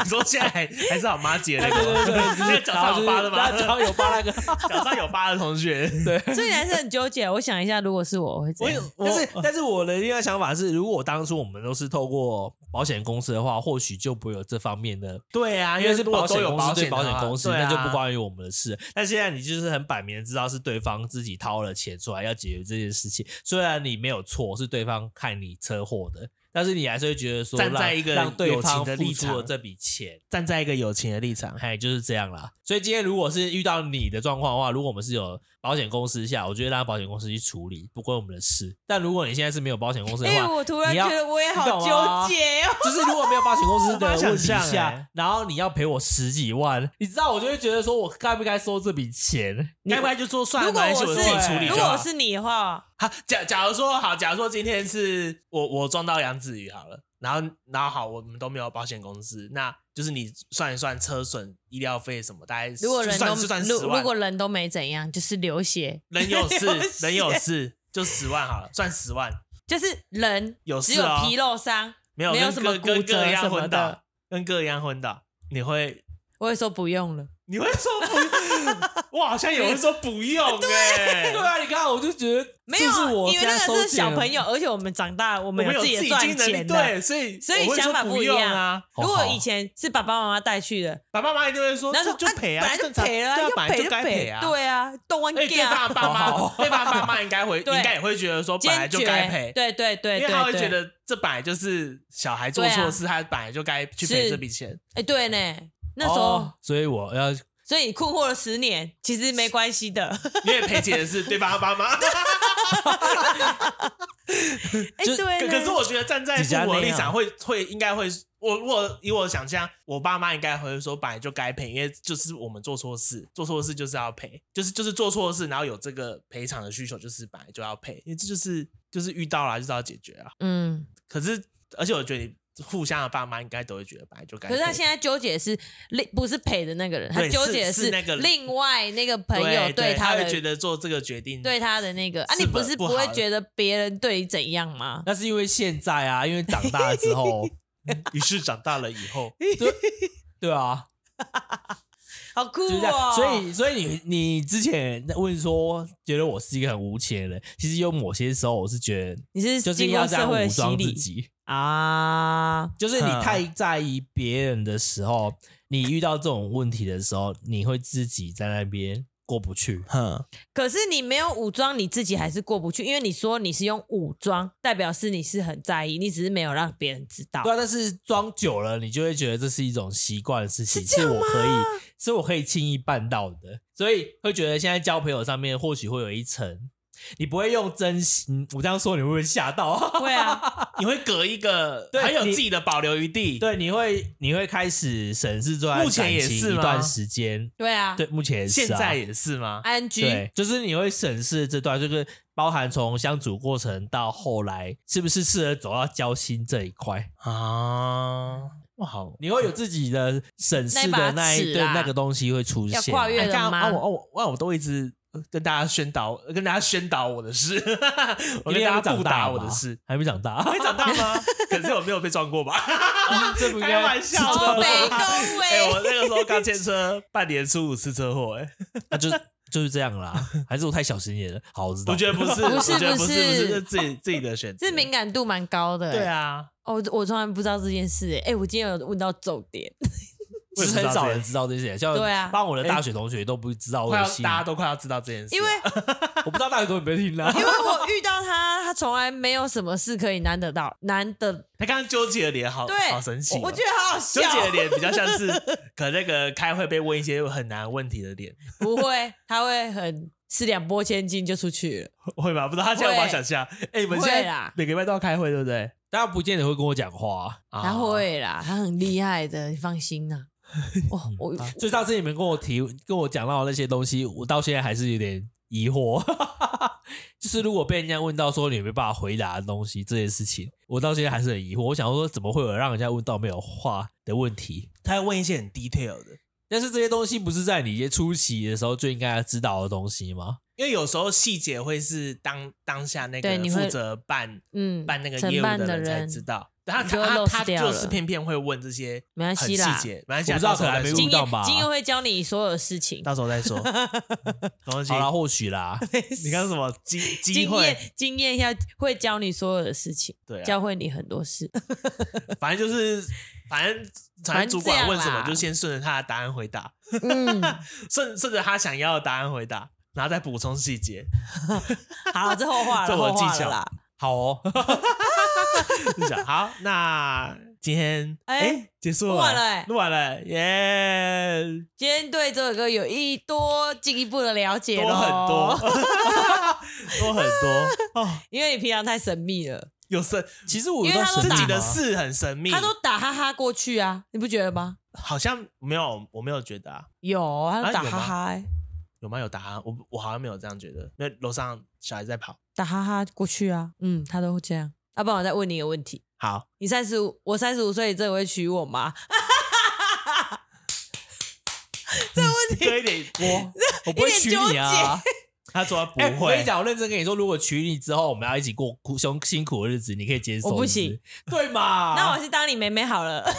你说现在 还还是我妈姐那对个对吗，对对，那个脚上有疤的吗然后？脚上有疤那个， 脚上有疤的同学，对。所以你还是很纠结。我想一下，如果是我，我会怎我样有？但是，但是我的另外想法是，如果当初我们都是透过保险公司的话，或许就不会有这方面的对啊，因为是如果保都险有公司对险保保险公司，对那啊、就不关于我们的事。但现在你就是很摆明的知道是对方自己掏了钱出来要解决这件事情，虽然你没有错，是对方看你车祸的，但是你还是会觉得说站让在一个让对友情方的付立出了场这笔钱。站在一个友情的立场，哎，就是这样啦。所以今天如果是遇到你的状况的话，如果我们是有保险公司下，我觉得让保险公司去处理，不关我们的事。但如果你现在是没有保险公司的哎、话，我突然你觉要得我也你好懂吗纠结哦。就是如果没有保险公司的无法问想题象下，欸然后你要赔我十几万，你知道我就会觉得说我该不该收这笔钱？该不该就说算了，如果没关系我我是自己处理如就果好我。是你的话，好，假假如说好，假如说今天是我我撞到杨子宇好了，然后然后好，我们都没有保险公司，那就是你算一算车损、医疗费什么，大概如果就人都算是算如十如万，果人都没怎样，就是流血，人有 流事，血人有事就十万好了，算十万，就是人有只事有哦皮肉伤，没有没有跟什么哥骨跟哥折一什样么昏的倒，跟哥一样昏倒，你会我会说不用了。你会说不？ 我好像有人说不 用哎、 对啊，你看我就觉得没是有不啊，是我因为那现在个收是小钱朋友，而且我们长大，我我们有自己的经赚能力，钱的，对，所以所以我会说想法不一用样啊。如好果好以前是爸爸妈妈带去的，爸爸妈妈一定会说，然后这说就赔啊，本来正就常赔对啊，了，要本来就该赔啊。对啊，动完而且对啊方，的爸好妈好，对方的爸妈应该会， 对应该也会觉得说，本来就坚决该赔，对对对，因为他对会对觉得这本来就是小孩做对啊错事，他本来就该去赔是这笔钱。哎，对呢，那时哦候，所以我要所以你困惑了十年，其实没关 系的。因为赔钱的是对方的爸妈， 哎，就对可呢，可是我觉得站在几父家母的内立啊场会会应该会，我如果以我想象，我爸妈应该会说本来就该赔，因为就是我们做错事，做错事就是要赔，就是就是做错事，然后有这个赔偿的需求，就是本来就要赔，因为这就是就是遇到了就是要解决啊。嗯，可是而且我觉得你互相的爸妈应该都会觉得本来就该可赔。是他现在纠结的是另不是赔的那个人，他对纠是结的是那个人另外那个朋友对对他会觉的得做这个决定，对他的那个啊，是你不不是不不会好的觉得别人对你怎样吗？那是因为现在啊，因为长大了 之后，嗯于是长大了以 后，对啊，好酷就是这哦样。！所以，所以你你之前问说觉得我是一个很无情的人，其实有某些时候我是觉得你是就是经要过这社样会的武洗装自礼己。啊，就是你嗯太在意别人的时候，你遇到这种问题的时候，你会自己在那边过不去。哼，可是你没有武装，你自己还是过不去，因为你说你是用武装，代表是你是很在意，你只是没有让别人知道对。啊，但是装久了，你就会觉得这是一种习惯的事情，是我可以，是我可以轻易办到的，所以会觉得现在交朋友上面或许会有一层，你不会用真心。我这样说你会不会吓到？会啊，你会隔一个对很有你自己的保留余地。 对，你会你会开始审视这段目前也感情是一吗段时间，对啊，对，目前也是、啊、现在也是吗？ ，ing， 对，就是你会审视这段，就是包含从相处过程到后来，是不是适合走到交心这一块，哦啊，哇，好，你会有自己的审视那的那一把尺对啦那个东西会出现啊、要跨越哎了干吗啊，我啊我哇，我都一直呃跟大家宣导，呃跟大家宣导我的事， 我跟因为大还没家长不大打嘛我的事。还没长大， 会长大 吗？可是我没有被撞过吧？这不应该开玩笑哦，的北吧。东哎、 我 威，那个时候刚牵车，半年出五次车祸、哎， 那就就是这样啦。还是我太小心眼了？好，我知道。我觉得不是， 不是我觉得不不是不是，是自己自己的选择。这敏感度蛮高的。对，啊，哦，我我从来不知道这件事。哎，我今天有问到重点，我也是不知道很少这人知道这些，像对啊帮我的大学同学都不知道我哎快的要心，啊大家都快要知道这件事了，因为我不知道大学同学没听 啦。因为我遇到他，他从来没有什么事可以难得到，难得他刚刚纠结的脸好对，好神奇哦、我我觉得好好笑纠。结的脸比较像是可能那个开会被问一些很难的问题的脸，不会，他会很四两拨千斤就出去了。会吗？不知道他现在无法想象。哎、你们现会啦在每个礼拜都要开会，对不对？大家不见得会跟我讲话、啊他会啦，他很厉害的，你放 心啦。哦，我所以上次你们跟我提、跟我讲到的那些东西，我到现在还是有点疑惑。 就是如果被人家问到说你没办法回答的东西这件事情，我到现在还是很疑惑。我想说，怎么会有让人家问到没有话的问题？他要问一些很 detail 的，但是这些东西不是在你一些初期的时候就应该要知道的东西吗？因为有时候细节会是当当下那对个你会负责办嗯，办那个承业务办的的人才人知道。他你就会他 lost 他掉了就是偏偏会问这些没关很系细啦，节，没关系我啊，不知道到时候可能再还没说录经到验吧经验会教你所有事情，到时候再 说。没关系好，啦，或许啦，你刚刚什么机机经会？验经验要会教你所有的事情，对啊教会你很 多事。反正就是，反正反正主管问什反正这样么，啦就先顺着他的答案回答，嗯，顺顺着他想要的答案回答，然后再补充细节。 好了，这后话了，这我后的话技巧了啦。好哦，就讲好，那今天哎哎结束录完了哎了，录完了，耶，今天对这首歌有一多进一步的了解多很咯多，， 多很多哦，因为你平常太神秘了，有神，其实我因为都他都神自打秘己的吗事很神秘，他都打哈哈过去啊，你不觉得吗？好像没有，我没有觉得啊，有，他都啊打有哈吗哈、欸，有吗？有答案？我我好像没有这样觉得，因为楼上小孩在跑。打哈哈过去啊，嗯，他都会这样。要、不然我再问你一个问题：好，你三十五，我三十五岁，你真的会娶我 吗？这一点我我不会娶你啊。他说他不哎我会跟你，讲，我认真跟你说，如果娶你之后，我们要一起过苦辛辛苦的日子，你可以接受？我不是是行，对嘛？那我去当你妹妹好了。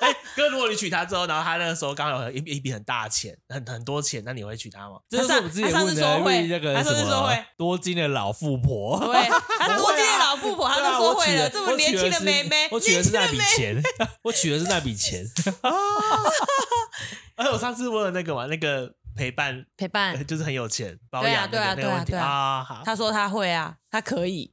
哎、哥，如果你娶她之后，然后她那个时候刚好有一笔一笔很大的钱，很很多钱，那你会娶她吗？ 这就是我们之前他上他上次问的，说因会为那个他上次什说会么啊多金的老富婆，对， 他多金的老富婆，他对啊都说会我了，娶这么年轻的妹妹，我娶的是我娶的是那笔钱，我娶的是那笔钱， 而且我上次问了那个嘛，那个陪伴、陪呃 伴。就是很有钱包对啊养那对个、啊那个问题对啊对啊啊好，他说他会啊，他 可以，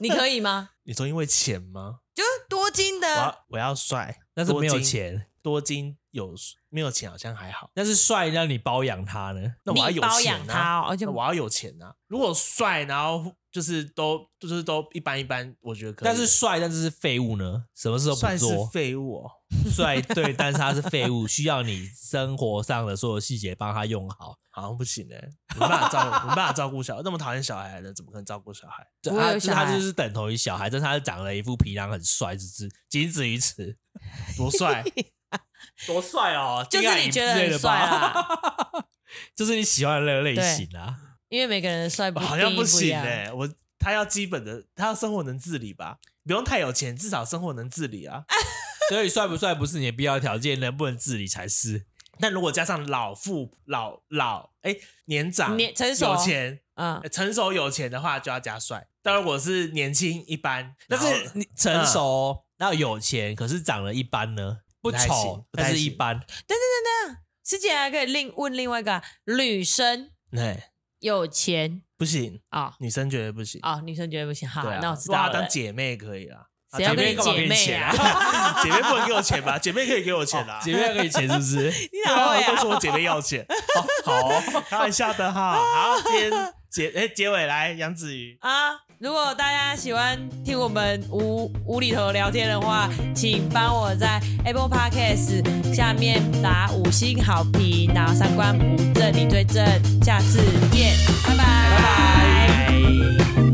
你可以吗？你说因为钱吗？就是多金我的，要我要帅，但是没有多金，钱，多金有没有钱好像还好。但是帅让你包养他呢，那我要你有包钱养啊！他哦，而且那我要有钱啊！如果帅，然后就是都就是都一般一般，我觉得可以。但是帅但是是废物呢，什么事都不算是做，废物、哦，帅对，但是他是废物，需要你生活上的所有细节帮他用好。 好像不行哎、没办法照顾，没办法照顾小孩，那么讨厌小孩的，怎么可能照顾小孩？我他有就是小他孩就是等同于小孩，但是他长了一副皮囊，很帅，只是仅止于此，多 帅！多帅哦！ 就是你觉得很帅啊啦，啊 就是你喜欢的那个类型啊。 因为每个人的帅不好像定义不一行样哎、我他要基本的，他要生活能自理吧，不用太有钱，至少生活能自理啊。 所以帅不帅不是你的必要条件，能不能自理才是。但如果加上老父老老哎、年长年成熟有钱、嗯呃，成熟有钱的话，就要加帅。但如果是年轻一般，但然是后嗯你成熟，然后有钱，可是长得一般呢，不不太丑行，不太但是一行般。师姐还可以另问另外一个啊女生哎有钱不行，啊女生绝对不行。啊，女生觉得不行，好对，啊，那我知如果道她当了。姐妹可以啦。啊谁要姐跟妹你干嘛姐给妹钱 啊？啊？姐妹不能给我钱吧？姐妹可以给我钱啦。啊姐妹要给你钱是 不是？ 哦你哪会都啊说？我姐妹要 钱，好哦，开玩笑的哈。好，今天结哎、结尾来杨子瑜，啊！如果大家喜欢听我们无无厘头聊天的话，请帮我在 Apple Podcast 下面打五星好评，然后三哎观不正你最正，下次见，拜拜哎拜拜。